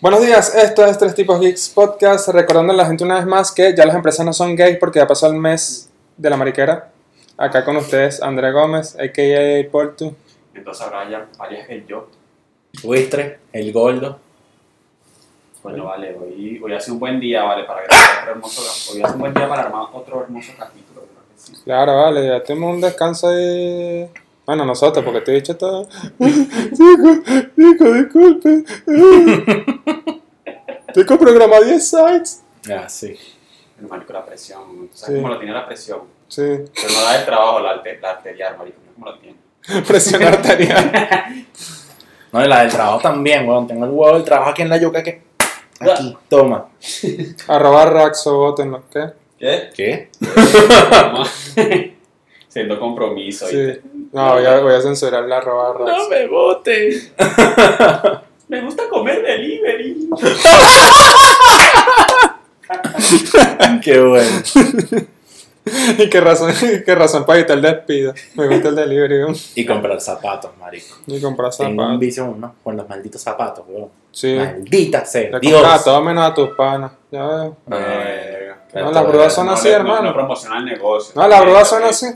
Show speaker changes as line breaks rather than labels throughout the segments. Buenos días, esto es Tres Tipos Geeks Podcast, recordando a la gente una vez más que ya las empresas no son gays porque ya pasó el mes de la mariquera. Acá con ustedes André Gómez, a.k.a. Portu.
Entonces ahora ya alias el yo.
Buistre, el gordo.
Bueno, vale, hoy, hoy ha sido un buen día, vale, para grabar otro hermoso cap- Hoy ha sido un buen día para armar otro hermoso capítulo. creo que sí.
Claro, vale, ya tenemos un descanso ahí. Bueno, nosotros, porque te he dicho todo. Chico, chico, disculpe. Chico, programa 10 sites.
Ah, sí.
El marico, la presión. ¿Tú
Sí.
sabes cómo lo tiene la presión?
Sí,
Pero no da el trabajo, la, arte- la arterial, marico. mira ¿Cómo lo tiene?
presión arterial.
No, y la del trabajo también, weón. Tengo el huevo del trabajo aquí en la yuca que. Aquí, toma.
Arroba Raxo, votenlo, ¿qué?
¿Qué?
¿Qué?
Siendo compromiso.
Sí.
¿viste?
No, voy a, voy a censurar la arroba Raxo.
me botes.
Me gusta comer delivery.
Qué bueno.
¿Y qué razón, qué razón para evitar el despido? Me gusta el delivery ¿no?
Y comprar zapatos, marico.
y comprar
Tengo un
zapatos.
vicio con, unos- con los malditos zapatos, weón.
Sí.
Maldita sea,
Le
Dios.
compras a todo menos a tus panas. Ya ves.
Ah,
Ah.
Verga.
No, las brudas son así,
le- No,
hermano.
no promociona el negocio.
No, las brudas son así.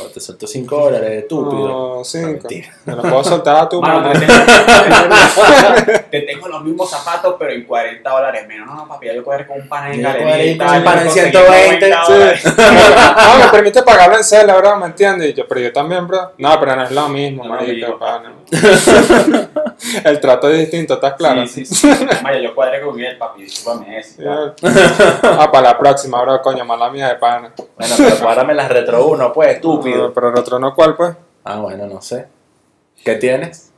O te suelto 5 dólares, estúpido.
No, cinco.
mentira.
Me lo puedo soltar a tu
Mano,
mano.
te tengo, te tengo los mismos zapatos, pero en 40 dólares menos. No, no, papi, ya yo cogeré con un pan en
Yo
galería.
cogeré
y
con
tal,
un pan
yo
en
conseguí
120,
90
Sí.
dólares.
No, me permite pagarlo en cel, bro, ¿me entiendes? Y yo, pero yo también, bro. No, pero no es lo mismo,
No,
marico,
amigo,
pana. El trato es distinto, ¿estás claro?
Sí, sí, sí. Vaya, yo cuadré con él, papi, discúlpame eso.
Ya. Ah, para la próxima, bro, coño, mala mía de pana.
Bueno, pero guárdame las retro 1,
Ah.
pues, estúpido.
Pero retro no cuál, pues.
Ah, bueno, no sé. ¿Qué tienes?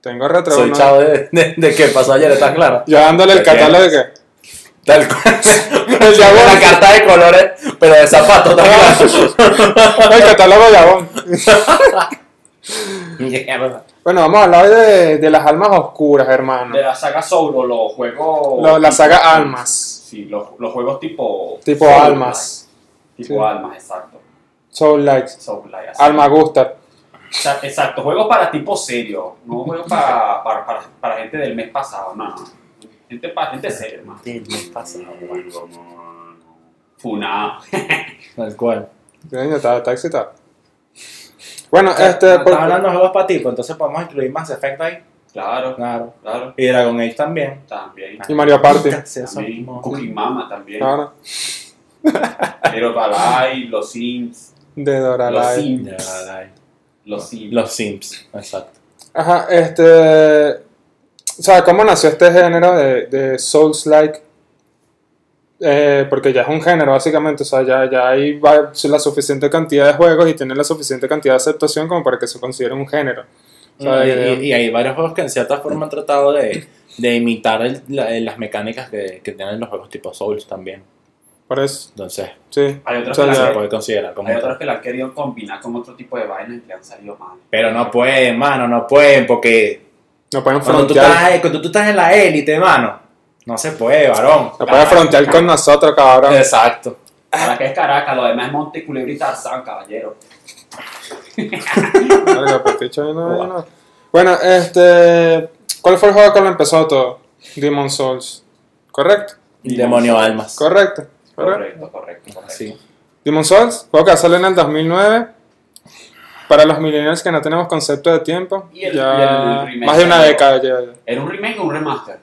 Tengo retro
Soy
uno.
chavo de, de, de qué pasó ayer, ¿estás claro?
Yo dándole el
¿Qué
catálogo de que.
Tal cual.
El jabón.
Pues La carta de colores, pero de zapatos
Ah.
también.
El catálogo de Avon.
Mierda.
Bueno, vamos a hablar hoy de, de las almas oscuras, hermano.
De la saga Souro, los juegos.
Lo- la saga Almas.
Sí, los, los juegos tipo.
Tipo
Soul
Almas.
Like. Tipo
Sí.
Almas, exacto.
Soul Light.
Soul Like, así.
Alma Gusta.
Exa- Exacto, juegos para tipo serio. No juegos para, para, para, para gente del mes pasado, no, no. Gente, para gente seria, hermano.
Del mes pasado,
Funado.
Tal cual.
Coño, Está, está excitado. Bueno, este.
Estás
por-
hablando de juegos para ti, pues entonces podemos incluir Mass Effect ahí.
Claro,
Claro.
claro.
Y Dragon Age también.
También.
Y Mario Party.
Sí, eso
También.
mismo.
Cookie Mama también.
Ahora,
Pero Balai, los Sims.
de
Los
Doralai.
Sims.
Ya, dale.
Los Sims.
Los Sims, exacto.
Ajá, este. O sea, ¿cómo nació este género de, de Souls Like? porque ya es un género, básicamente. O sea, ya, ya hay va- la suficiente cantidad de juegos y tiene la suficiente cantidad de aceptación como para que se considere un género. O
Mm, Y,
sea, Ah, ya-
y- y hay varios juegos que en cierta forma han tratado de, de imitar el- la- eh, las mecánicas que, que tienen los juegos tipo Souls también.
por eso,
Entonces,
sí.
Hay otros,
O sea,
que,
ya-
se
la,
puede considerar como
hay
tal.
otros que la han querido combinar con otro tipo de vainas y le han salido mal.
Pero no pueden, mano, no pueden, porque
No pueden
cuando tú,
frontear.
estás, cuando tú estás en la élite, mano, no se puede, varón.
No pueden
ah.
frontear con nosotros, cabrón.
Exacto.
Ahora que es Caracas, lo demás es Monte Culebra y Tarzán, caballero.
Verga, pues, picho, ahí no, ahí no. Bueno, este. ¿Cuál fue el juego que lo empezó todo? Demon Souls. ¿Correcto?
Demonio almas.
Correcto. Correcto.
Correcto, correcto, correcto.
Sí.
Demon Souls, juego que sale en el 2009. Para los millennials que no tenemos concepto de tiempo,
Y el- y
ya
el remake
más de una
salió.
década lleva ya.
¿Era un remake o un remaster?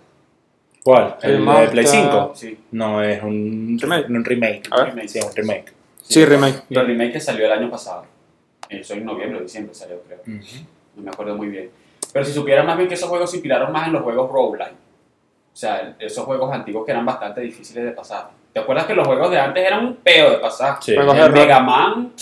¿Cuál?
El
¿El, de
Master-
Play 5?
Sí.
No, es un
Remake.
remake. Un remake.
A ver.
remake.
Sí, es un remake.
Sí, remake.
El remake que salió el año pasado. Eh, Eso en noviembre o diciembre salió, creo. No me acuerdo muy bien. Pero si supieran más bien que esos juegos se inspiraron más en los juegos roguelike. O sea, esos juegos antiguos que eran bastante difíciles de pasar. ¿Te acuerdas que los juegos de antes eran un peo de pasar?
Sí.
Juegos de
El
rol.
Mega Man,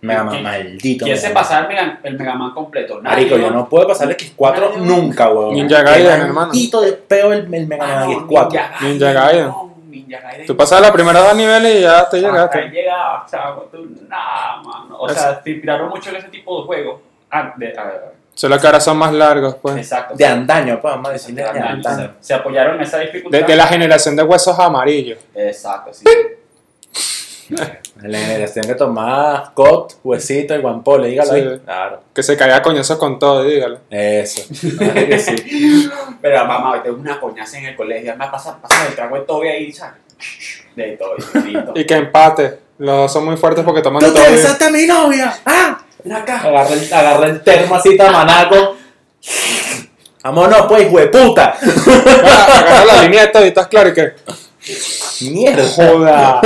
Mega
¿Qui-
Man, maldito.
¿quién se
Mega Man.
pasaba el Mega, el Mega Man completo? Nadie,
Marico, yo no puedo pasar el X4
Mario.
nunca, weón.
Ninja
Qué
Gaiden, hermano.
Maldito de peo el, el Mega
Ah,
Man
no,
X4.
Ninja Gaiden.
no, Ninja Gaiden.
Tú pasas los primeros dos niveles y ya
Ah,
te
Hasta ahí
llegaste.
llegaba, chavo, tú, nada, mano. O
Es-
sea, te inspiraron mucho en ese tipo de juegos. Ah, de- ah,
Solo que ahora son más largos, pues.
exacto.
De antaño, pues, vamos a decirle de
Andalucía.
antaño.
Se apoyaron en esa dificultad.
De, de la generación de huesos amarillos.
Exacto, sí.
La generación que tomaba Cot, Huesito y Guampole, dígalo
Sí.
ahí. Claro,
Que se caiga coñazo con todo, dígalo.
eso. Claro que sí.
Pero mamá, te una coñaza en el colegio, además pasa, pasa el trago de Toby ahí, ¿sabes? De todo, listo.
Y que empate. Los dos son muy fuertes porque toman de todo.
besaste a mi novia! ¡Ah!
Ven acá.
Agarré el, agarré el termo así tamanaco. ¡Vámonos, pues, hueputa!
Ah, Agarra la línea de todo y estás claro y que.
¡Mierda!
Joda.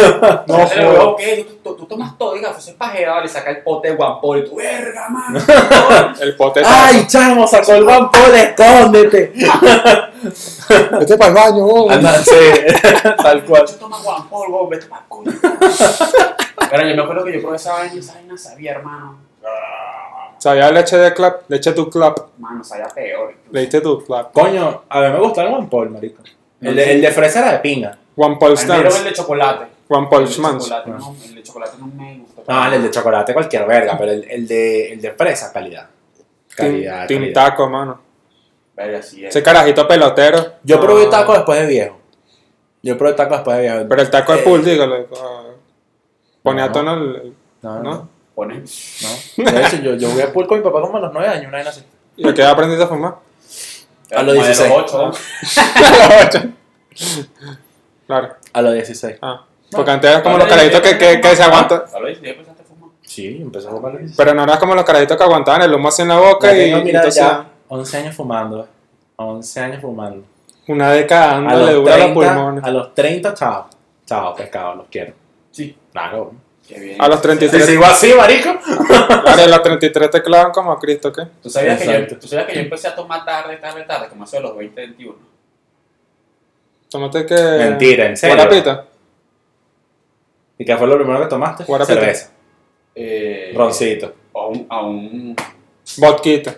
No
Pero
joda.
luego, ¿qué? Tú, tú- tú tomas todo, diga, eso es pajera, le saca el pote de guampol, y tú, verga, mano. no".
El pote.
¡Ay, chamo! Sacó el Guampole, escóndete.
Vete para el baño, vos.
Anda, Ah, sí, tal cual.
Yo tomo guampol, güey, vete pa' coño. Pero yo me acuerdo que yo probé esa vaina y esa vaina sabía, hermano.
Sabía leche de clap, leche tu clap,
Mano, sabía peor.
leche tu clap.
Coño, a mí me gustaba el One Paul, marico. El de, el de fresa era de pinga.
One Paul
Primero el
Stans,
de chocolate.
One
El
Paul
de
Schmans.
chocolate, no, el de chocolate no me gustó.
No, Ah, el de chocolate, cualquier verga, pero el, el de, el de fresa, calidad. Calidad,
Team
calidad.
Taco, mano.
Verga, sí eh. es.
Ese carajito pelotero.
Yo probé
Ah.
taco después de viejo. Yo probé taco después de viejo.
Pero el taco de
Eh,
pool, dígalo. ah, Pone a
No.
tono el. el-
No, no,
¿No?
no.
Pone-
De hecho, yo, yo voy a pool con mi papá como a los 9 años, una vez así.
¿Y a qué edad aprendiste a fumar?
A los
Como de
16.
ocho.
Claro.
A los 16.
Ah. Porque antes eras como los carajitos que, que, que se aguantan.
A los 16 empezaste a fumar.
Sí, empezó a jugar a los 16.
Pero no eras como los carajitos que aguantaban el humo así en la boca
Ya
y,
tengo,
y
mira,
entonces
ya 11 años fumando. eh. 11 años fumando.
una década
A
dándole
los,
dura a los
30,
pulmones.
a los 30, chao. Chao, pescado, los quiero.
Sí.
Claro.
Qué bien.
A los 33.
sigo así, marico.
Claro, a los 33 te clavan como a Cristo, ¿qué?
¿Tú sabías, que yo,
Exacto.
tú sabías que yo empecé a tomar tarde, tarde, tarde, como eso de los 20, 21.
Tómate que.
Mentira, en serio.
Guarapita.
¿Y qué fue lo primero que tomaste?
Guarapita.
Cerveza.
Eh,
Roncito.
A un, a un.
Vodquita.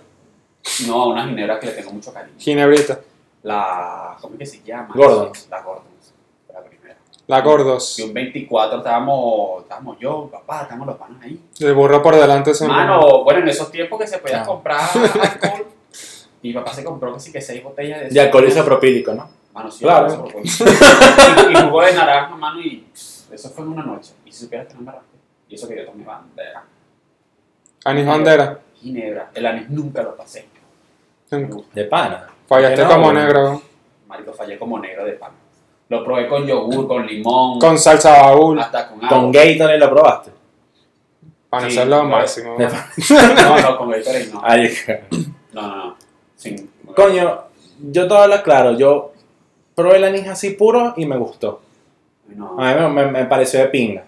No, a una ginebra que le tengo mucho cariño.
Ginebrita.
La. ¿Cómo es que se llama?
Gordon.
La Gordon. La primera.
La gordos.
Y un 24 estábamos, estábamos yo, papá, estábamos los panas ahí.
El burro por delante siempre.
Mano, bueno, en esos tiempos que se podía
Ah.
comprar alcohol. Mi papá se compró casi que seis botellas de.
De alcohol isopropílico, ¿no?
Mano, sí,
Claro.
alcohol isopropílico. y, y jugo de naranja, mano, y pss, eso fue en una noche. Y si supieras que no me raspé. Y eso que yo tomé bandera,
Anís Bandera.
ginebra. El anís nunca lo pasé.
De pana.
Fallaste
No,
como
bueno.
negro.
Marico, fallé como negro de pan. Lo probé con yogur, con limón,
Con salsa baúl.
hasta con agua.
Con Gatorade lo probaste.
Para
Sí,
eso es lo
claro.
máximo.
De
mano.
pana.
No, no, con Gatorade no.
Ay,
No, no, no. Sin-
Ah. Coño, yo te hablo claro. Yo probé el anís así puro y me gustó.
No.
A mí me, me- me pareció de pinga.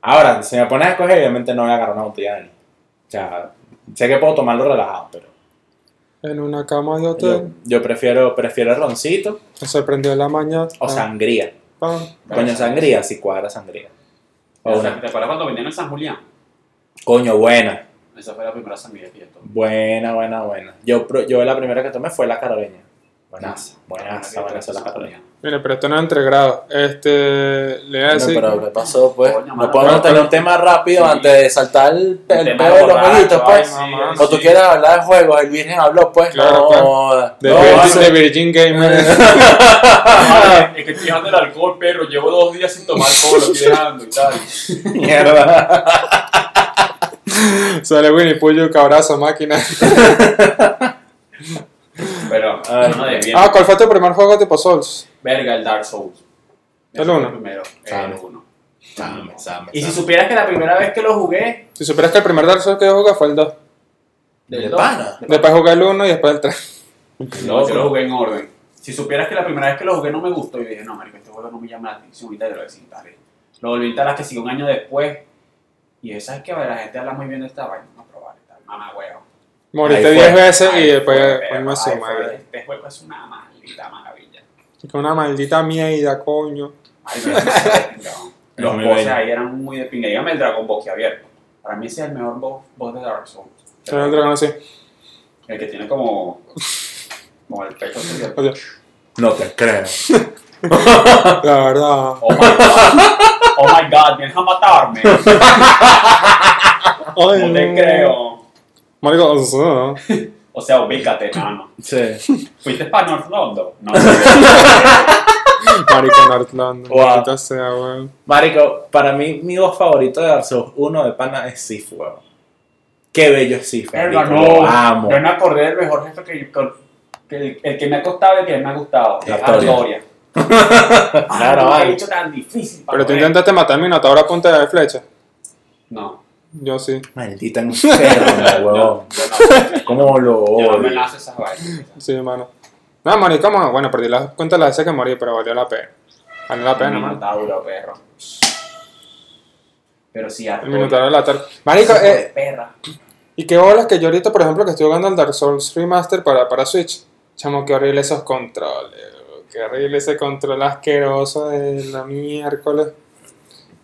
Ahora, si me pones a escoger, obviamente no voy a agarrar una botella de anís. O sea, sé que puedo tomarlo relajado, pero
En una cama de
yo,
hotel.
yo prefiero, prefiero el roncito
Me sorprendió la mañana.
o sangría.
Pam.
Coño, sangría, si cuadra sangría. O una.
¿Te acuerdas cuando vendían en San Julián?
Coño, buena.
Esa fue la primera sangría que yo tomé.
Buena, buena, buena. Yo, pro- yo la primera que tomé fue la caroleña. Buenaza, buenaza,
Buenas,
buenaza la caroleña.
Mira, pero esto no es entre grados. Este. Le voy a decir.
pero ¿qué pasó, pues?
Coño,
No
mano,
podemos
pero-
tener un tema rápido
Sí.
antes de saltar el,
El
el
tema
pedo de los
borracho,
jueguitos,
ay,
pues.
sí,
o tú
sí.
quieres hablar de juegos, el Virgen habló, pues.
Claro,
no,
pues.
joda.
de,
no,
Virgin,
hace-
de Virgin Gamer.
Ah, Es que estoy dejando el alcohol, perro. Llevo dos días sin tomar alcohol, lo estoy dejando y tal.
mierda.
Sale Winnie Puyo, cabrazo, máquina.
Pero,
Ay.
no, de bien.
Ah, ¿cuál fue tu primer juego tipo Souls?
Verga, el Dark Souls.
El
Ese fue
uno.
Primero, el
Sabe.
uno.
Same, same,
Y si
same.
supieras que la primera vez que lo jugué,
Si supieras que el primer Dark Souls que yo jugué fue el 2.
del
De
dos-
pana.
de
Después jugué el 1 y después el 3.
No, yo lo jugué en orden. Si supieras que la primera vez que lo jugué no me gustó, yo dije, no, marico, este juego no me llama la atención y tal, lo desinstalé. Lo volví a instalar que sigue un año después. Y dije, ¿sabes qué? Vale, La gente habla muy bien de esta vaina, vamos a probar y tal. Mamá, huevo.
Moriste
Ahí
10
fue.
veces
Ay,
y después.
fue,
fue
pero,
una su
ay, fue,
madre.
Este juego es una maldita maravilla.
Que Una maldita mierda, coño.
Ay, pero no sé, cabrón.
Es
Los
muy
bosses
bello.
ahí eran muy de pinga. Dígame el dragón boquiabierto. Para mí ese es el mejor boss, boss de Dark Souls.
Era el dragón así.
El que tiene como. como el pecho. así de-
O sea,
No te creo.
la verdad.
Oh my god. Oh my god, vienes a matarme.
Ay,
No te creo.
Marico, o sea, ¿no?
O sea, ubícate, mano.
Sí.
¿Fuiste para North London? No.
Marico North London.
Wow.
maldita sea, weón.
Marico, para mí, mi voz favorito de Dark Souls 1 de pana es Sif, weón. Qué bello es Sif,
Verga,
marico,
no.
lo amo.
Yo me acordé del mejor jefe que, que el, el que me ha costado y el que me ha gustado.
La
es
Toria.
Andoria.
Claro,
no
vale.
he hecho tan difícil. para
Pero tú
poder-
intentaste matar a Minotauro a punta de flecha.
No.
Yo sí.
Maldita enferma, weón.
Yo no,
¿Cómo lo
yo no me
odio?
lanzo esas vainas.
Sí, hermano. No, marico, mo- bueno, perdí la cuenta de las veces que morí, pero valió la pena. Valió la pena,
Un
mano.
minotauro, perro. Pero sí,
El
Artoria.
Minotauro de la tarde. Marico,
Hijo de
eh,
perra.
y qué bolas que yo ahorita, por ejemplo, que estoy jugando al Dark Souls Remaster para, para Switch. Chamo, qué horrible esos controles. Qué horrible ese control asqueroso de la miércoles.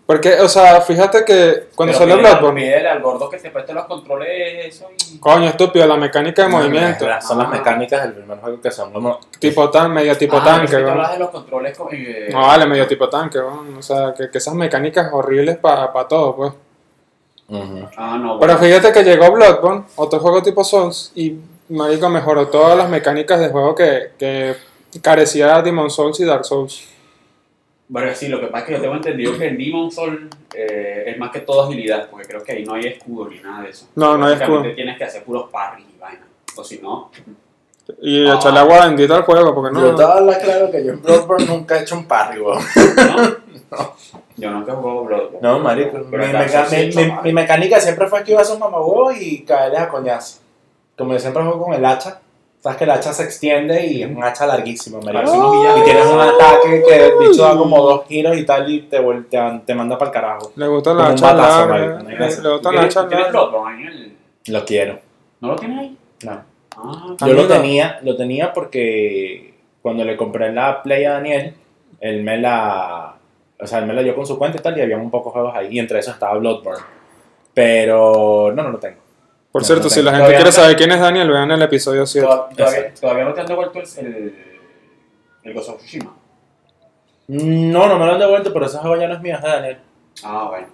Porque, o sea, fíjate que cuando
Pero
salió
pídele al-
Bloodborne.
pídele al gordo que te preste los controles, eso y.
Coño, estúpido, la mecánica de movimiento.
Son las mecánicas del primer juego que son como.
Tipo tan, medio tipo
Ah,
tanque,
pero es que tú
weón.
hablas de los controles con. eh,
No vale, medio tipo tanque, weón. O sea, que, que esas mecánicas horribles para todo, pues.
Ujú.
Ah, no.
Pero
bueno.
fíjate que llegó Bloodborne, otro juego tipo Souls, y Marico mejoró todas las mecánicas de juego que, que carecía Demon Souls y Dark Souls.
Bueno, sí, lo que pasa es que yo tengo entendido que el Demon Soul eh, es más que todo agilidad, porque creo que ahí no hay escudo ni nada de eso.
No, no hay
Básicamente
escudo.
tienes que hacer puros parries y vaina. O si no,
Y
Ah.
echarle agua bendita al juego, porque
Yo
no.
te voy a hablar claro que yo en Bloodborne nunca he hecho un parry, weón.
no. Yo nunca he jugado Bloodborne.
No, marico. Mi,
Pero en Dark
meca-
Souls sí he
mi,
hecho
mi-
mal.
mi mecánica siempre fue esquivar a esos mamagüevos y caerles a coñazo. Como yo siempre juego con el hacha. Sabes que el hacha se extiende y es un hacha larguísimo,
Parece
marico.
unos villanos.
Y tienes un ataque que el bicho da como dos giros y tal y te, voltean, te manda para el carajo.
Le gusta
Como
la
un
hacha
batazo,
larga,
marico, no hay gracia.
Le gusta la
¿Tienes,
hacha
tienes
larga.
Bloodborne ahí en el-
Lo quiero.
¿No lo tienes ahí?
No.
Ah,
Yo lo
Amigo.
tenía, lo tenía porque cuando le compré la Play a Daniel, él me la. O sea, él me la dio con su cuenta y tal, y había un poco juegos ahí, y entre esos estaba Bloodborne. Pero no, no lo tengo.
Por
No,
cierto,
no
si
tengo.
la gente
Todavía
quiere
no-
saber quién es Daniel, vean el episodio 7.
Toda- todavía,
Exacto.
todavía no te han devuelto el, el, el Ghost of Tsushima.
No, no me lo han devuelto, pero ese juego ya no es mío, es de Daniel.
Ah, bueno.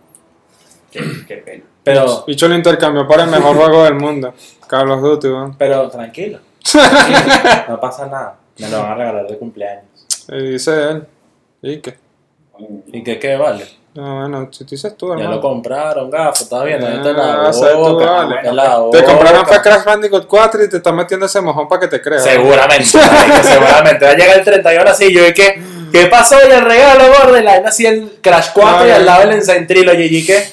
Qué, qué pena.
Pero,
Dicho el intercambio para el mejor juego del mundo. Call of Duty, weón.
pero tranquilo. No pasa nada. Me lo van a regalar de cumpleaños.
Y dice él. ¿Y qué?
Coño.
¿Y qué, qué vale?
No, bueno, si tú dices tú,
Ya lo
hermano.
compraron, gafo, estás viendo.
Ah,
ahí te la
o sea, tú
boca,
vale.
te la
Te
boca.
compraron fue Crash Bandicoot 4 y te están metiendo ese mojón para que te creas.
Seguramente, marico, seguramente. Va a llegar el 31 así. Yo, ¿y qué? ¿Qué pasó? Y el regalo, gordo. Y la vaina así el Crash 4 y al lado el Ensign Trilogy. ¿Y qué?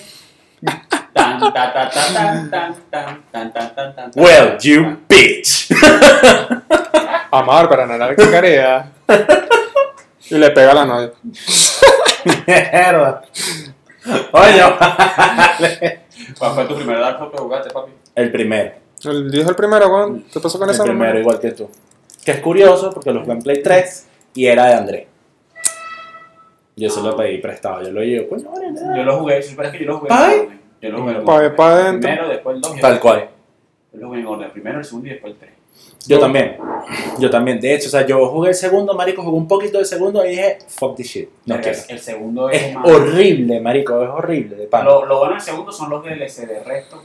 Tan, ta, ta, ta, tan, tan, tan, tan, tan, tan, tan,
Well,
tan,
you
tan.
bitch.
Amar para nadar que quería. y le pega a la novia.
Mierda. Oye, vale.
¿Cuál fue tu primer Dark Souls que jugaste, papi?
El primero.
El, dijo el primero, weón. ¿Qué pasó con
El
esa
primero,
mamá?
igual que tú. Que es curioso porque lo jugué en Play 3 y era de André. Yo se lo pedí prestado. Yo lo llevo, coño, vale, nada.
Yo lo jugué, si supieras que yo lo jugué. en
¿Pai?
orden. Yo lo jugué. en
Pa-
orden.
pa' adentro.
Primero, después el dos. y
Tal
el-
cual.
Yo lo jugué en orden. Primero, el segundo y después el tres.
Yo también. Yo también. De hecho, o sea, yo jugué el segundo, marico, jugué un poquito del segundo y dije, fuck this shit. No
Pero
quiero.
el, el segundo es,
Es
más-
horrible, marico, es horrible, de pan.
Lo, lo bueno del segundo son los DLC de resto.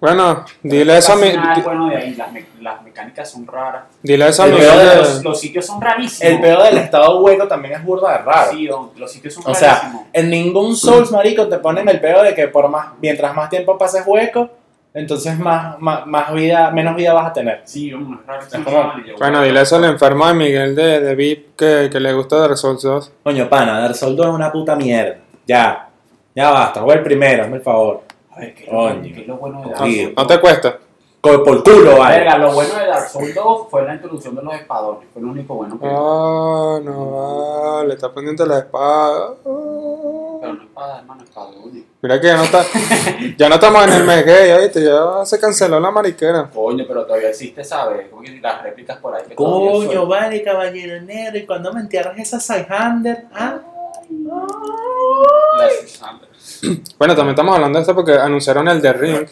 Bueno, dile eso a mi.
Casi nada es
di-
bueno de ahí. Las, me- las mecánicas son raras.
Dile eso a
El
mi.
peor de
Los, los sitios son rarísimos.
El pedo del estado hueco también es burda de raro.
Sí, don, los sitios son
O
rarísimos.
sea, en ningún Souls, marico, te ponen el pedo de que por más, mientras más tiempo pases hueco, entonces más, más, más vida, menos vida vas a tener.
Sí, don, es raro.
como-
Bueno, dile eso al enfermo de Miguel de, de VIP que, que le gusta Dark Souls 2.
Coño, pana, Dark Souls 2 es una puta mierda. Ya, ya basta, juega el primero, hazme el favor.
A ver, ¿qué es
Coño.
lo, qué es lo bueno de Dark
Sí,
Souls?
No te cuesta.
Co- Por culo, vale.
Verga, lo bueno de Dark Souls 2 fue la introducción de los espadones. Fue lo único bueno que.
Ah, no vale. Está pendiente la espada. Ah.
Pero no espada, hermano, espadones.
Mira que ya no está. ya no estamos en el mes gay, ¿viste? Ya se canceló la mariquera.
Coño, pero todavía existe, ¿sabes? Como que las réplicas por ahí. Que todavía
Coño,
sueltan.
vale, caballero negro, y cuando me entierras esa Sidehander, ah.
Las- ah,
Bueno, también estamos hablando de esto porque anunciaron el The Ring,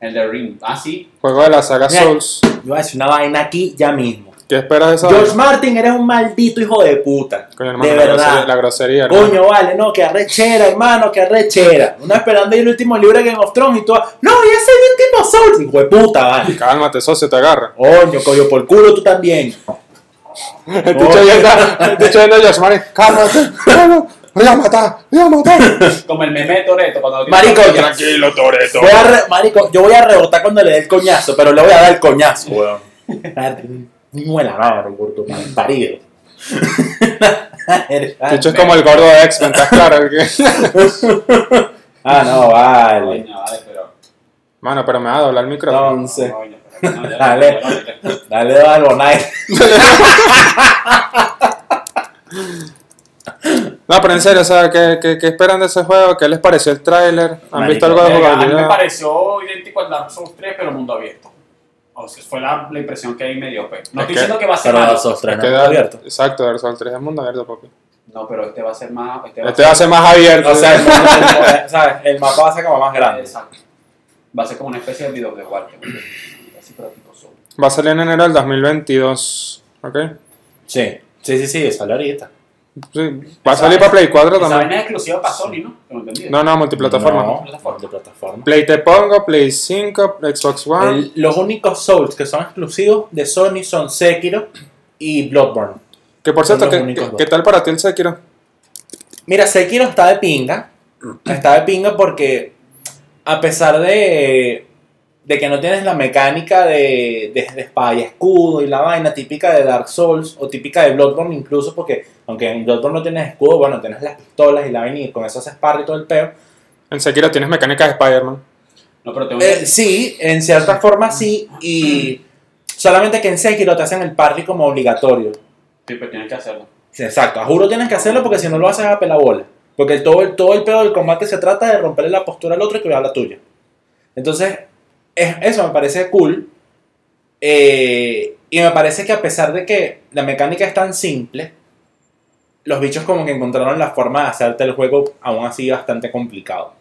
El de Ring. Ah, sí.
juego de la saga
Mira.
Souls.
Yo voy a decir una vaina aquí ya mismo.
¿Qué esperas de esa?
George Martin, eres un maldito hijo de puta.
Coño, hermano,
de
la grosería,
verdad.
la grosería, hermano.
Coño, vale, no, que arrechera, hermano, que arrechera. Una esperando ahí el último libro de Game of Thrones y tú, no, ya es el último Souls. Hijo de puta, vale.
Cálmate, socio, te agarra.
Coño, coño, por culo tú también.
El bicho yendo, el bicho yendo a Josh Marin, cálmate, cálmate, voy a matar, voy a matar.
Como el meme de Toreto cuando lo
Marico,
tiene-
tranquilo, Toreto. marico, yo voy a rebotar cuando le dé el coñazo, pero le voy a dar el coñazo, weón. Muela, no, por tu mal parido.
El bicho es como el gordo de X-Men, ¿estás claro? El que-
Ah, no, vale.
Coño, vale, pero.
Mano, pero me va a doblar el micrófono.
Entonces,
Coño, pero- no, ya lo-
Dale.
ya lo- ya lo-
dale dos al Bonai.
No, pero en serio, o sea, ¿qué, qué, qué esperan de ese juego? ¿Qué les pareció el tráiler? ¿Han
Marico,
visto algo de
Verga, Eh, A mí me
jugabilidad?
pareció idéntico al Dark Souls 3, pero mundo abierto. O sea, fue la, la impresión que ahí me dio. Pues. No
Es
estoy
que-
diciendo que va a ser
Pero
malo.
esos tres no
Que
han
da-
abierto.
Exacto, Dark Souls 3 es mundo abierto, papi.
No, pero este va a ser más. Este va
Este
a
va a
ser.
ser más abierto.
O sea, el, mundo- el- ¿sabes? el mapa va a ser como más grande.
Exacto. Va a ser como una especie de video de Walker. Así, pero tipo solo.
va a salir en enero del 2022. ¿Ok?
Sí, sí, sí, sí, sale ahorita.
Sí. Va a salir para Play 4
Esa
también.
vaina es exclusiva para Sony, ¿no? Tengo entendido.
No, no, multiplataforma.
No, de plataforma.
Play Te Pongo, Play 5, Xbox One.
El- los únicos Souls que son exclusivos de Sony son Sekiro y Bloodborne.
que por
son
cierto,
los
¿qué,
únicos
qué-
dos.
qué tal para ti el Sekiro?
Mira, Sekiro está de pinga. Está de pinga porque a pesar de, de que no tienes la mecánica de, de, de espada y escudo y la vaina típica de Dark Souls o típica de Bloodborne incluso porque aunque en Bloodborne no tienes escudo, bueno, tienes las pistolas y la vaina y con eso haces parry y todo el peo.
En Sekiro tienes mecánicas de Spider-Man.
No, pero tengo
Eh,
entendido.
sí, en cierta forma sí y solamente que en Sekiro te hacen el parry como obligatorio.
Sí, pero tienes que hacerlo.
Sí, Exacto, a juro tienes que hacerlo porque si no lo haces a la bola. Porque el- todo, el, todo el pedo del combate se trata de romperle la postura al otro y cuidar la tuya. Entonces, es- eso me parece cool. Eh, y me parece que a pesar de que la mecánica es tan simple, los bichos como que encontraron la forma de hacerte el juego aún así bastante complicado.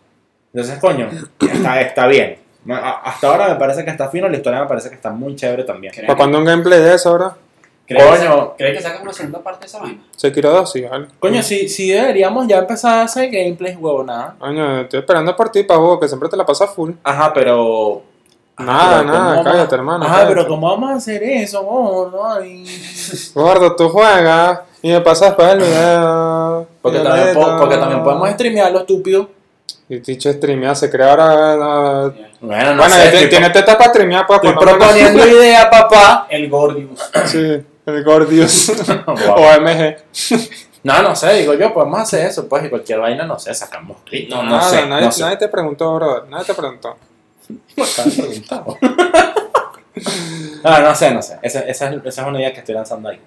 Entonces, coño, está, está bien. No, a- Hasta ahora me parece que está fino, la historia me parece que está muy chévere también.
¿Crees
¿Para cuando un gameplay de eso ahora?
que, crees que
coño.
saca- ¿Crees que sacan una segunda parte de esa vaina?
Sekiro 2, sí, vale.
Coño, sí, sí deberíamos ya empezar a hacer gameplays huevonada.
Coño, estoy esperando por ti, pavo, que siempre te la pasas full.
Ajá, pero.
Nada, nada,
pero ¿cómo vamos a-
cállate, hermano,
Ajá,
cállate.
pero ¿cómo vamos a hacer eso? gordo? Ay.
Gordo, tú juegas y me pasas para el video.
Porque,
Y
también
ahorita-
po- porque también podemos streamear lo estúpido.
Y dicho streamear, se crea ahora. ah,
Bueno, este
bueno, te- tiene tetas para streamear, pues.
estoy
por lo menos.
proponiendo idea, papá.
El Gordius.
Sí, el Gordius.
Guau.
OMG.
No, no sé, digo yo, podemos hacer eso, pues, y cualquier vaina, no sé, sacamos clip. No, no
Nada,
sé.
nadie,
no sé.
nadie te preguntó, brother. Nadie te preguntó.
Ah, no, no sé, no sé. Esa, esa es, esa es una idea que estoy lanzando ahí.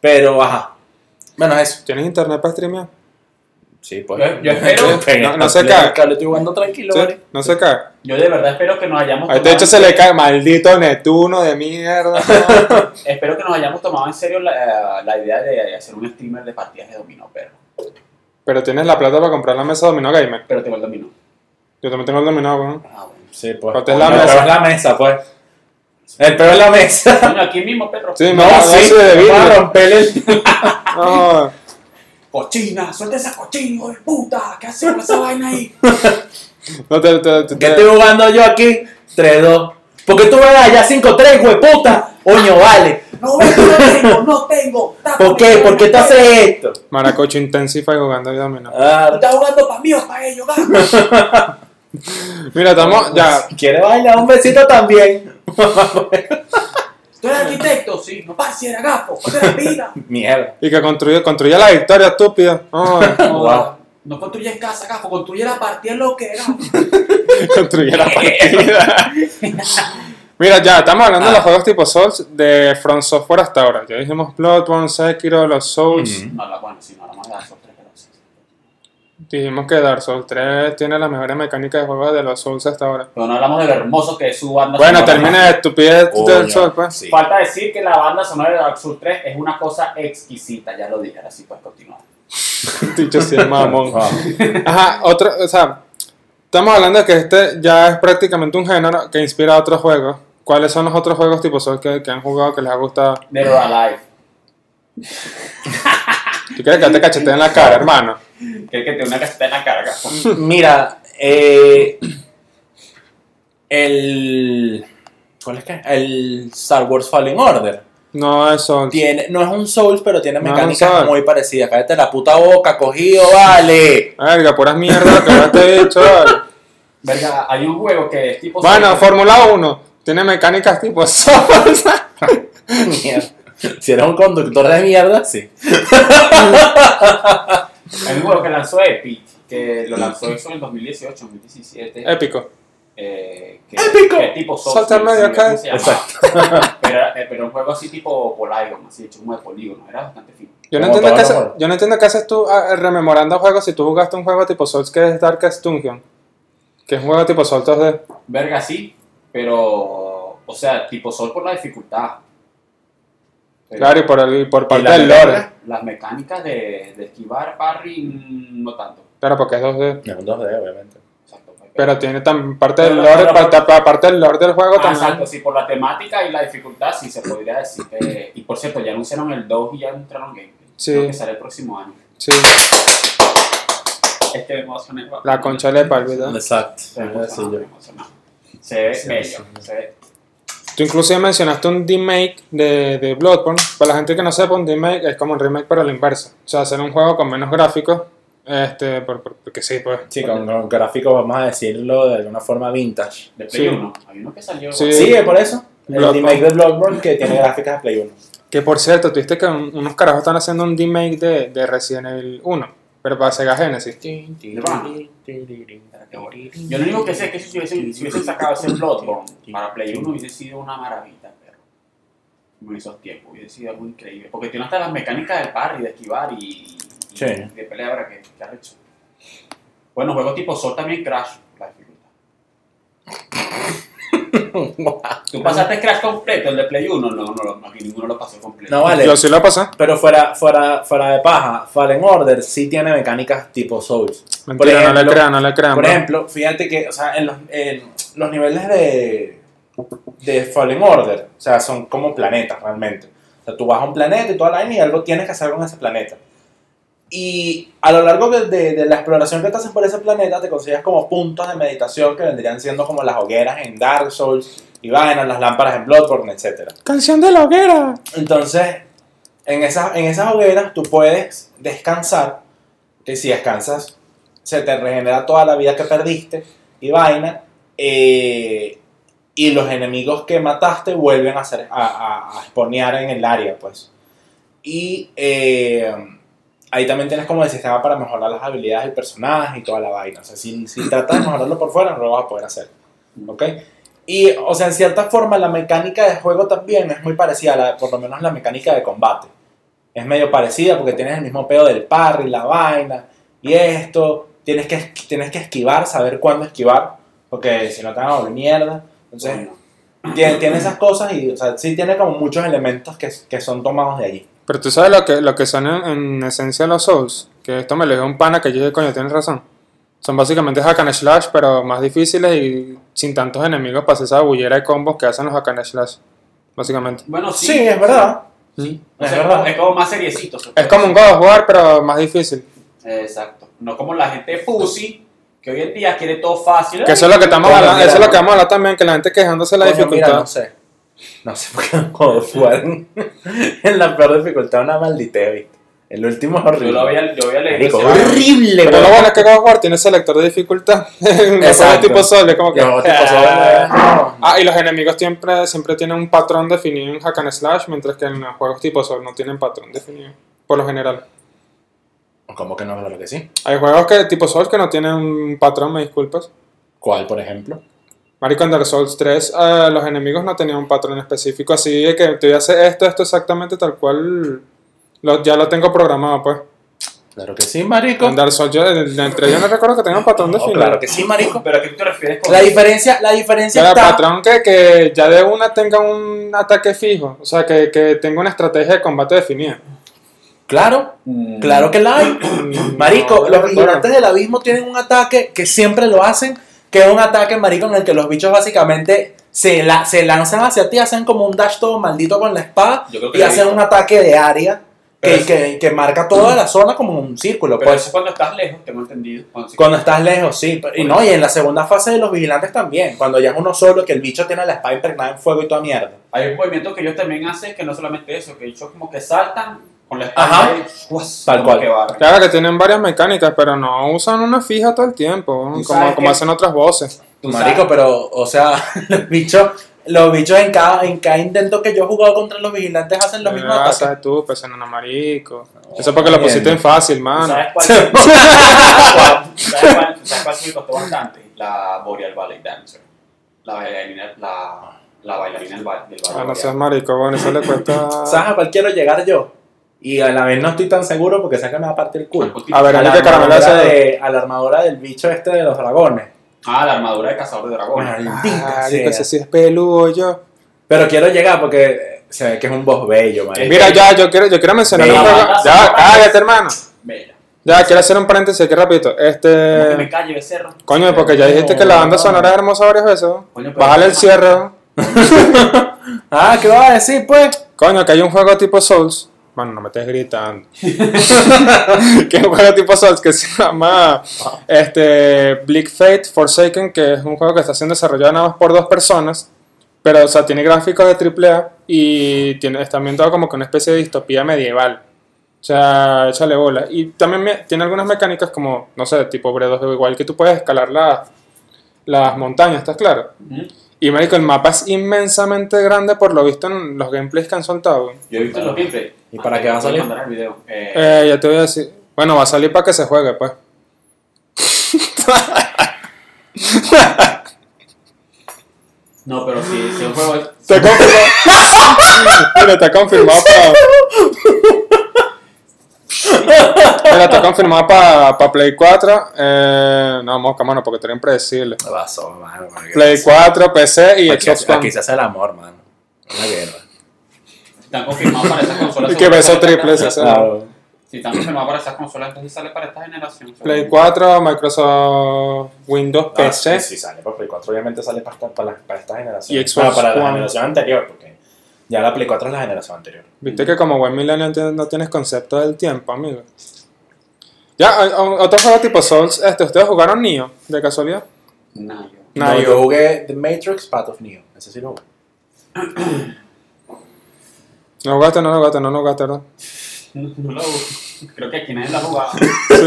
Pero, ajá. Bueno, eso.
¿Tienes internet para streamear?
Sí, pues.
Yo- yo espero-
No- no se cae.
Lo estoy jugando tranquilo,
Sí,
¿vale?
No se cae.
Yo de verdad espero que nos hayamos
Ay, De hecho, se le cae maldito Netuno de mierda.
Espero que nos hayamos tomado en serio la, eh, la idea de hacer un streamer de partidas de dominó, perro.
Pero tienes la plata para comprar la mesa Dominó Gamer.
Pero tengo el dominó.
Yo también tengo el Dominó, weón.
Ah, bueno.
Sí, pues.
Pero te es la
No,
mesa.
pero es la mesa, pues. El peor es la mesa.
Coño, aquí mismo, perro.
Sí,
No,
No, no
sí,
se debe.
vamos a romper el...
No,
Cochina, suelta esa cochina, hijo de puta. ¿Qué haces con esa vaina ahí?
no te. te- te-
¿Qué estoy jugando yo aquí? 3-2. Porque tú vas allá 5-3, hueputa. Oño, vale.
No, no tengo, no tengo.
¿Por qué? ¿Por qué te haces esto?
Maracocho Intensify jugando yo dominó.
Ah,
jugando para mí o para ellos,
Mira, estamos ya.
¿Quieres bailar un besito también?
¿Tú eres arquitecto? Sí, no pareciera gafo, no eres pila.
Mierda.
Y que construye, construye la victoria, estúpida. No,
No,
Wow.
no construyes casa, gafo, construye la partida en lo que era.
construye la partida. Mira, ya, estamos hablando de los juegos tipo Souls de From Software hasta ahora. Ya dijimos Bloodborne, Sekiro, los Souls.
Ujú.
No, la, bueno, sí, no, la más gafo, tres veloces.
Dijimos que Dark Souls 3 tiene las mejores mecánicas de juego de los Souls hasta ahora.
Pero no hablamos de lo hermoso que es su banda
Bueno,
sonora.
termina de estupidez del
Coño,
Souls, pues.
sí.
Falta decir que la banda sonora de Dark Souls 3 es una cosa exquisita, ya lo dije, ahora sí pues, puedes continuar.
Dicho sí, mamón.
Wow.
Ajá, otro, o sea, estamos hablando de que este ya es prácticamente un género que inspira a otros juegos. ¿Cuáles son los otros juegos tipo Souls que, que han jugado que les ha gustado?
Dead or Alive.
¿Tú quieres que te cachetee en la cara, hermano?
Que que te una caseta en la carga.
Mira, eh, el. ¿Cuál es que? El Star Wars Fallen Order.
No es Souls.
Tiene, no es un Souls, pero tiene
No es un
mecánicas
Souls.
muy parecidas. Cállate la puta boca, cogido, vale.
Verga, puras mierdas que ahora te he dicho. vale.
Verga, hay un juego que es tipo.
Bueno,
Souls,
Fórmula 1 tiene mecánicas tipo Souls.
Mierda. si eres un conductor de mierda, sí.
Hay un juego que lanzó Epic, que lo lanzó eso en el 2018, 2017.
Épico.
eh, que,
¡Épico!
que es tipo Souls.
Salta en medio
no sé
acá.
cómo se llamaba. Pero, era- eh, pero un juego así tipo Polygon, así hecho como de polígono, era bastante fino.
Yo no,
Como
entiendo qué
todos
haces,
los juegos.
yo no entiendo qué haces tú ah, rememorando juegos si tú jugaste un juego tipo Souls que es Darkest Dungeon. Que es un juego tipo Souls 2D.
Verga, sí, pero. O sea, tipo Sol por la dificultad. Pero
Claro, y por, el, por parte
la
del
mecánica?
lore.
Las mecánicas de, de esquivar, parry, mm, no tanto.
Claro, porque es 2D.
No, un 2D, obviamente.
Exacto.
Pero tiene también parte del
Pero-
lore,
pero-
parte, parte del lore del juego
Ah,
también.
exacto, sí, por la temática y la dificultad, sí se podría decir que. Y por cierto, ya anunciaron el 2 y ya anunciaron gameplay.
Sí.
Creo que sale el próximo año.
Sí,
Este me emocioné.
la concha le palpita.
Exacto.
Se ve emocionado, me emocionado. Se ve
Sí,
bello.
sí.
Se ve.
Tú inclusive mencionaste un remake de, de Bloodborne. Para la gente que no sepa, un remake es como un remake pero al inverso. O sea, hacer un juego con menos gráficos. Este, por- por- porque sí, pues.
Sí, con, con gráficos, vamos a decirlo de alguna forma vintage.
De
Sí.
Play 1. Hay uno que salió.
Sí.
Sí, es por eso. El
Bloodborne.
remake de Bloodborne que tiene gráficas de Play 1.
Que por cierto, tuviste que un- unos carajos están haciendo un remake de, de Resident Evil 1. Pero para Sega Genesis.
Yo lo único que sé es que si hubiesen, si hubiesen sacado ese Bloodborne para Play 1 hubiese sido una maravilla, perro. En esos tiempos hubiese sido algo increíble. Porque tiene hasta las mecánicas del parry, de esquivar y, y
Sí.
de pelea ahora que, que has hecho. Bueno, juego tipo Sol también Crash, la dificultad. Tú pasaste Crash completo, el de Play 1, no, no, lo- aquí ninguno lo pasó completo.
No vale.
Yo sí lo pasé.
Pero fuera, fuera, fuera de paja, Fallen Order sí tiene mecánicas tipo Souls.
Mentira, no le
ejemplo-
crean, no le crean.
Por
bro.
ejemplo, fíjate que, o sea, en los, en los niveles de, de Fallen Order, o sea, son como planetas realmente. O sea, tú vas a un planeta y toda la vaina y algo tienes que hacer con ese planeta. Y a lo largo de, de- de la exploración que te haces por ese planeta, te consigues como puntos de meditación que vendrían siendo como las hogueras en Dark Souls, y vainas, las lámparas en Bloodborne, etcétera.
Canción de la hoguera.
Entonces, en esas, en esas hogueras tú puedes descansar, que si descansas se te regenera toda la vida que perdiste y vaina, eh, y los enemigos que mataste vuelven a, ser, a, a- a spawnear en el área, pues. Y eh, ahí también tienes como el sistema para mejorar las habilidades del personaje y toda la vaina. O sea, si, si tratas de mejorarlo por fuera, no lo vas a poder hacer. ¿Ok? Y, o sea, en cierta forma, la mecánica de juego también es muy parecida, a la- por lo menos la mecánica de combate. Es medio parecida porque tienes el mismo pedo del parry, la vaina y esto. Tienes que, esqui- tienes que esquivar, saber cuándo esquivar, porque si no te van a volver mierda. Entonces,
Bueno,
tiene, tiene esas cosas y, o sea, sí tiene como muchos elementos que, que son tomados de allí.
Pero tú sabes lo que, lo que son en, en esencia los Souls. Que esto me lo dijo un pana que yo dije, coño, tienes razón. Son básicamente hack and slash, pero más difíciles y sin tantos enemigos para hacer esa bullera de combos que hacen los hack and slash. Básicamente.
bueno, sí.
Sí, es verdad.
Sí.
O
Es
sea,
verdad.
es como más seriecito. se
Es
puede
como un
decir.
God of War, pero más difícil.
Exacto. No como la gente pussy, que hoy en día quiere todo fácil.
Que eso es lo que estamos
Coño,
hablando,
mira,
eso es lo que
no.
vamos a hablar también, que la gente quejándose de la
Coño, mira,
dificultad.
no sé. No sé por qué cuando jugaron en la peor dificultad una malditeo, ¿viste? El último es
Yo
horrible.
lo había, yo había leído.
Marico,
ese barrio.
horrible,
Pero lo
weón.
bueno es que God of War tiene selector de dificultad. Exacto.
Exacto.
tipo sol, es como que.
Yo, tipo,
Ah, y los enemigos siempre, siempre tienen un patrón definido en Hack and Slash, mientras que en los juegos tipo Sol no tienen patrón definido, por lo general.
¿Cómo que no? Claro que sí.
Hay juegos que tipo Sol que no tienen un patrón, me disculpas.
¿Cuál, por ejemplo?
Marico en Dark Souls 3, eh, los enemigos no tenían un patrón específico, así de que tú haces esto, esto exactamente tal cual lo- ya lo tengo programado, pues.
Claro que sí, marico.
En Dark Souls, yo, en- entre ellos no recuerdo que tenga un patrón
No,
definido.
claro que sí, marico.
Pero a qué tú te refieres con
La diferencia, la diferencia
Cada
está...
patrón que, que ya de una tenga un ataque fijo, o sea, que, que tenga una estrategia de combate definida.
Claro,
Mm.
claro que la hay. Marico,
No,
los
no
vigilantes del abismo tienen un ataque que siempre lo hacen, que es un ataque, marico, en el que los bichos básicamente se, la, se lanzan hacia ti, hacen como un dash todo maldito con la espada
Yo creo que
y
la he
hacen
visto.
un ataque de área
Pero
que,
eso-
que- que marca toda la zona como un círculo.
Pero
Pues.
eso cuando estás lejos, tengo entendido. Cuando-
Cuando estás lejos, sí. pero- Y no, y en la segunda fase de los vigilantes también. Cuando ya es uno solo, que el bicho tiene la espada impregnada en fuego y toda mierda.
Hay un movimiento que ellos también hacen que no solamente eso, que ellos como que saltan con la espalda
Ajá.
y ¡suas!
Tal
como
cual.
que barren.
Claro que tienen varias mecánicas, pero no usan una fija todo el tiempo,
Tú
como,
sabes
como
que-
hacen otras voces.
Tú
Marico,
sabes.
pero, o sea, los bichos, los bichos en cada, en cada intento que yo he jugado contra los vigilantes hacen los mismos
Ah,
ataques.
sabes tú, pues en marico. Eso es porque lo
bien.
pusiste en fácil,
¿Tú
mano.
¿Sabes cuál? ¿Sabes cuál? ¿Sabes cuál? ¿Tú ¿Sabes cuál sí me costó bastante? La Boreal Ballet Dancer. La bailarina, la, la bailarina del ba- del
Ah,
ballet.
no seas
boreal.
marico, bueno, eso le cuesta...
¿Sabes a cuál quiero llegar yo? Y a la vez no estoy tan seguro porque sé que me va a partir el culo.
A ver,
a la,
Verónica Caramelo
armadura
hace-
de- a la armadura del bicho este de los dragones.
Ah, la armadura de cazador de dragones.
Maldita
Marico,
sea.
Ah, ese sí es peludo yo.
Pero quiero llegar porque eh, se ve que es un boss bello, marico.
Mira, ya, yo quiero, yo quiero mencionar un
Venga,
juego.
abrazo,
Ya,
abrazo.
cállate, hermano.
Mira,
Ya, quiero hacer un paréntesis aquí rapidito.
como que me
Este...
calle becerro.
Coño, porque ya dijiste que la banda sonora es hermosa varias veces.
Coño, pero-
Bájale el cierre.
Ah, ¿qué vas a decir, pues?
Coño, que hay un juego tipo Souls. Bueno, no me estés gritando. que es un juego tipo Souls que se llama este, Bleak Fate Forsaken, que es un juego que está siendo desarrollado nada más por dos personas. Pero, o sea, tiene gráficos de AAA y tiene, está ambientado como que una especie de distopía medieval. O sea, échale bola. Y también me- tiene algunas mecánicas como, no sé, tipo Bredos igual que tú puedes escalar las- las montañas, ¿estás claro?
Ujú.
Y marico, el mapa es inmensamente grande por lo visto en los gameplays que han soltado. güey.
Yo he visto los gameplays.
¿Y para qué va a salir?
Mandar el video. Eh,
Eh, ya te voy a decir. Bueno, va a salir para que se juegue, pues.
No, pero si, si un juego.
Te confirmó. Pero te confirmado para. Pero te confirmado para Play 4. Eh, no, mosca, mano, porque te impredecible.
Vaso, mano, marico.
Play 4, PC y
Aquí,
Xbox
aquí
One.
se hace el amor, mano. Una guerra.
Están confirmados para esas consolas.
Y que beso triple,
Si
ese se llama.
Claro.
están confirmados para esas consolas, entonces sale para esta generación.
Play
seguro.
4, Microsoft Windows
Ah,
PC.
sí, sí, sale para Play 4, obviamente sale para esta, para la- para esta generación.
Y Xbox
Bueno, para la
One.
generación anterior, porque ya la Play 4 es la generación anterior.
Viste que como buen millennial ti- no tienes concepto del tiempo, amigo. Ya, o- o- otro juego tipo Souls, este, ¿ustedes jugaron Nioh, de casualidad?
No, yo-
Nah,
no,
yo-
yo... jugué The Matrix Path of Neo. Ese sí lo jugué.
No jugaste, no lo jugaste, no lo jugaste, ¿verdad?
No, no lo Creo que aquí nadie la ha jugado.
Sí,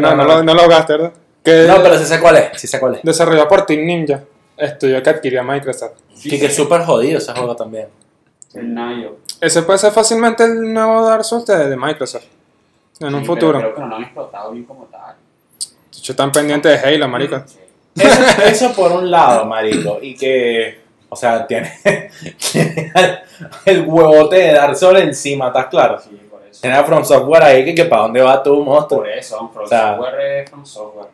no, no, lo, no lo jugaste, ¿verdad? Que
No, pero sí sé cuál es. Sí sé cuál es.
desarrollado por Team Ninja, estudio que adquirió Microsoft.
Sí,
que
sí.
que es súper jodido ese juego también.
El Nayo.
Ese puede ser fácilmente el nuevo Dark Souls de, de Microsoft. En un
Sí,
futuro.
pero Creo que no lo han explotado bien como tal.
Yo tan pendiente de Halo, marico.
Sí.
Eso, eso por un lado, marico. Y que, o sea, tiene, tiene el huevote de Dark Souls encima, ¿estás claro?
Sí, por eso.
Tiene a From Software ahí que, que para dónde va tu monstruo.
Por eso, From
O sea-
Software es From Software.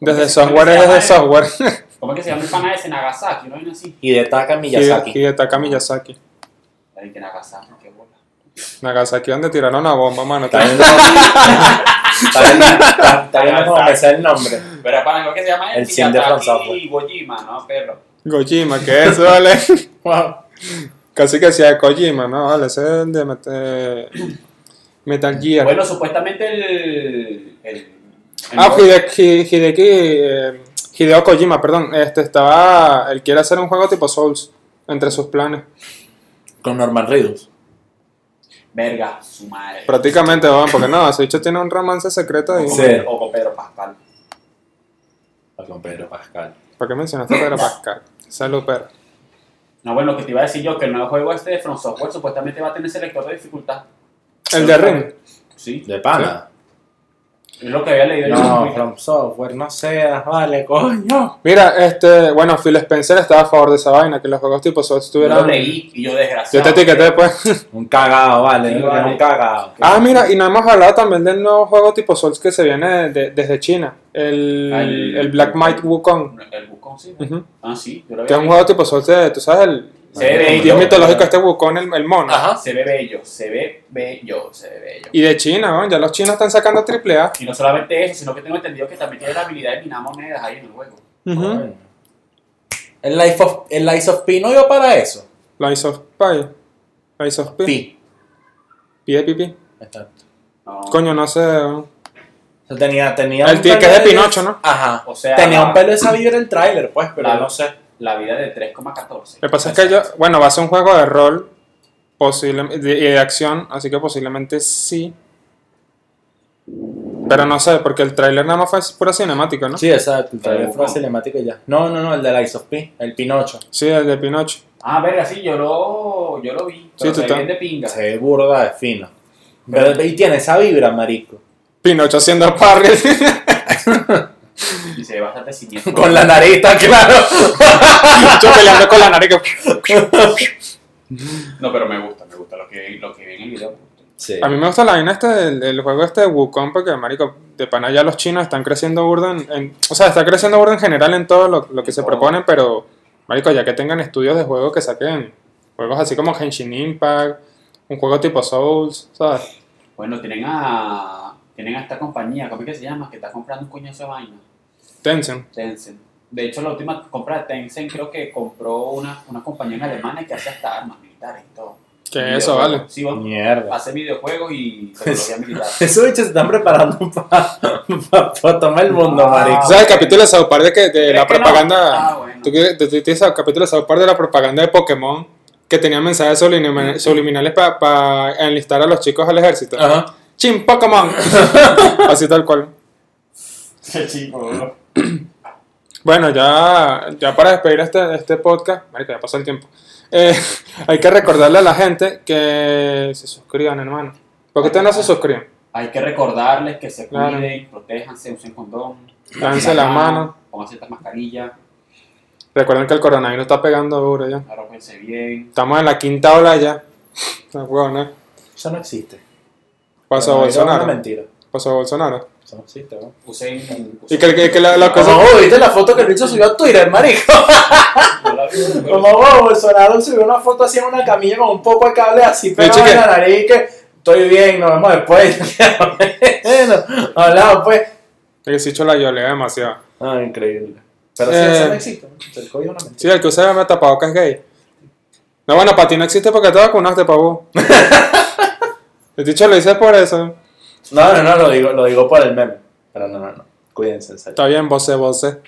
Desde
Porque-
software es
porque
desde
se llama-
software.
¿Cómo es que se llama el pana ese Nagasaki? ¿No hay así?
Y de Taka Miyazaki.
Y de Taka Miyazaki.
Ay, que Nagasaki, qué bola.
Nagasaki donde tiraron una bomba, mano.
Está viendo cómo- está viendo- está- está viendo cómo me sale el nombre.
Pero pana, ¿cómo es que se llama?
El cien de From Software.
y Gojima, ¿no? Perro.
Gojima, ¿qué es, vale? Casi que sea Kojima, ¿no? Vale, ese es el de Met- eh, Metal Gear.
Bueno, supuestamente el. el, el
ah, Hide- Hi- Hideki, eh, Hideo Kojima, perdón. Este estaba. Él quiere hacer un juego tipo Souls entre sus planes.
Con Norman Reedus.
Verga, su madre.
Prácticamente, van, porque no, ese bicho tiene un romance secreto. Y,
O con-
Sí.
O con Pedro Pascal.
Con Pedro Pascal.
¿Para qué mencionaste a Pedro Pascal? Salud, perro.
No, bueno, lo que te iba a decir yo, que el nuevo juego este de From Software supuestamente va a tener selector de dificultad.
El de Ring.
Sí.
De pana.
Es lo que había leído yo.
No, From Software, no seas, vale, coño.
Mira, este. Bueno, Phil Spencer estaba a favor de esa vaina, que los juegos tipo Souls
Yo lo
tuvieran.
leí y yo
Yo
desgraciado.
te etiqueté, pues.
Un cagado, vale,
Sí,
es
vale.
un cagado.
Ah, mira, y no hemos hablado también del nuevo juego tipo Souls que se viene de- de- desde China. El,
Al-
el Black Might Wukong.
El Wukong, sí. ¿no?
Ujú.
Ah, sí, yo lo
Que es un
había
juego tipo Souls de, tú sabes, el,
Se ve
el
bello.
dios mitológico este Wukong, el, el mono.
Ajá.
Se ve bello, se ve bello, se ve bello.
Y de China, ¿no? ya los chinos están sacando triple A.
Y no solamente eso, sino que tengo entendido que también tiene la habilidad de minar monedas ahí en el juego.
Ujú.
El Life of, el Lies of P no iba para eso.
Lies of Pi. Lies of Pi.
Pi.
Pi de pipí.
Exacto.
No.
Coño, no sé. weón.
O sea, tenía, tenía
El
un
tío que
pelo
es de Pinocho, ¿no?
Ajá.
O sea,
tenía
la,
un pelo de esa vibra el tráiler, pues, pero
Claro.
no sé.
la vida de
Lo
3,14.
que pasa es que yo, bueno, va a ser un juego de rol posible, de- y de acción, así que posiblemente sí. Pero no sé, porque el tráiler nada más fue pura cinemática, ¿no? Sí,
Sí, exacto. El tráiler
Pero,
fue
¿no?
cinemático y ya. No, no, no, el de Lies of P, el Pinocho.
el de Pinocho.
Ah, verga, sí, yo lo, yo lo vi.
Sí,
Pero se
total.
bien de pinga.
Se ve burda de fino. Pero, y tiene esa vibra, marico.
Pinocho haciendo parry.
Y se ve bastante siniestro.
Con la narita, claro.
Yo peleando con la nariz. que-
No, pero me gusta, me gusta. Lo que, lo que vi en el video. me gusta.
Sí.
A mí me gusta la vaina este del, del juego este de Wukong, porque, marico, de pana ya los chinos están creciendo burda en, en- O sea, está creciendo burda en general en todo lo, lo que se
Todo.
proponen, pero, marico, ya que tengan estudios de juegos que saquen juegos así como Henshin Impact, un juego tipo Souls, ¿sabes?
Bueno, tienen a, tienen a esta compañía, ¿cómo es que se llama? Que está comprando un coñazo de vaina.
Tension.
Tencent. De hecho, la última compra de Tencent creo que compró una, una compañía en Alemania que hace hasta armas militares y todo.
Que eso,
Videojuegos.
vale.
Sí, vamos.
Mierda.
Hace videojuegos y tecnología militar.
Esos bichos se están preparando para tomar el mundo,
Ah,
O
marico.
sea, el capítulo de South Park de, que, de la
¿Crees que no?
propaganda.
Ah, bueno.
Tú que- tú- tú tienes el capítulo de South Park de la propaganda de Pokémon que tenía mensajes sublimin- subliminales para enlistar a los chicos al ejército.
Ajá.
¡Chin Pokémon! Así tal cual.
Ese chico, bro.
Bueno, ya, ya para despedir este, este podcast, marico, ya pasó el tiempo. Eh, hay que recordarle a la gente que se suscriban, hermano. ¿Por qué ustedes no se suscriben?
Hay que recordarles que se
Claro.
cuiden, protéjanse, usen condón.
Lávense las manos.
Pónganse estas mascarillas,
Recuerden que el coronavirus está pegando duro ya.
arrópense bien.
Estamos en la quinta ola ya. La huevona.
Eso no existe.
Pasó
Pero, marico, Es una
Bolsonaro.
mentira.
Pasó Bolsonaro.
Eso no existe, ¿no?
Usen.
Y
usen-
que, que- que la, la cosa.
Como, "Oh, ¿viste la foto que el bicho subió a Twitter, marico?
No la vi, pero-
Como, wow, Bolsonaro subió una foto así en una camilla con un poco de cable así pegado
chique.
en la nariz que estoy bien, nos vemos después. bueno, hablamos pues.
El Sicho la violé demasiado.
Ah, increíble. Pero
Eh.
sí, eso no existe. ¿no? El COVID es una
Sí,
mentira.
el que usa me tapabocas es gay. No, bueno, para ti no existe porque te vacunaste, pavo. El dicho lo hice por eso.
No, no, no, lo digo, lo digo por el meme. Pero no, no, no. Cuídense, en serio.
Está bien, voce, voce.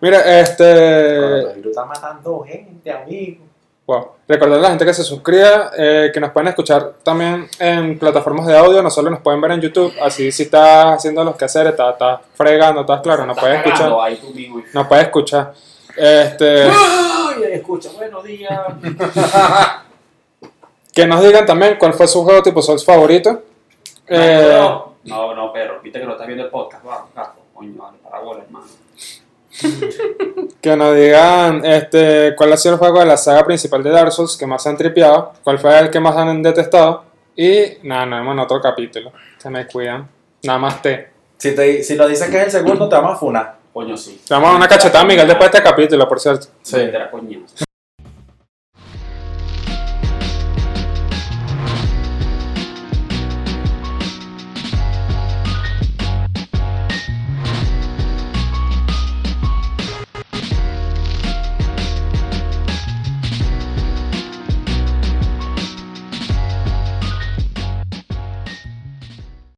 Mira, este.
Coronavirus está matando gente, amigo.
Wow. Recordar a la gente que se suscriba, eh, que nos pueden escuchar también en plataformas de audio, no solo nos pueden ver en YouTube. Así, si estás haciendo los quehaceres, estás, estás fregando, estás claro, nos
Estás
puedes escuchar.
cagando ahí tú mismo y-
Nos puedes escuchar. Este.
Ay, escucha, buenos días.
Que nos digan también cuál fue su juego tipo Souls favorito. Eh,
No, no, no, perro, viste que no estás viendo el podcast. Vamos, capo, coño, vale, para bola, hermano.
que nos digan este, cuál ha sido el juego de la saga principal de Dark Souls que más han tripeado, cuál fue el que más han detestado. Y nada, nos vemos en otro capítulo. Se me cuidan. Nada más te.
Si, te, si lo dices que es el segundo, te vamos a funar.
Coño, sí.
Te vamos a dar una cachetada, Miguel, después de este capítulo, por cierto.
Sí. Te la coñazo.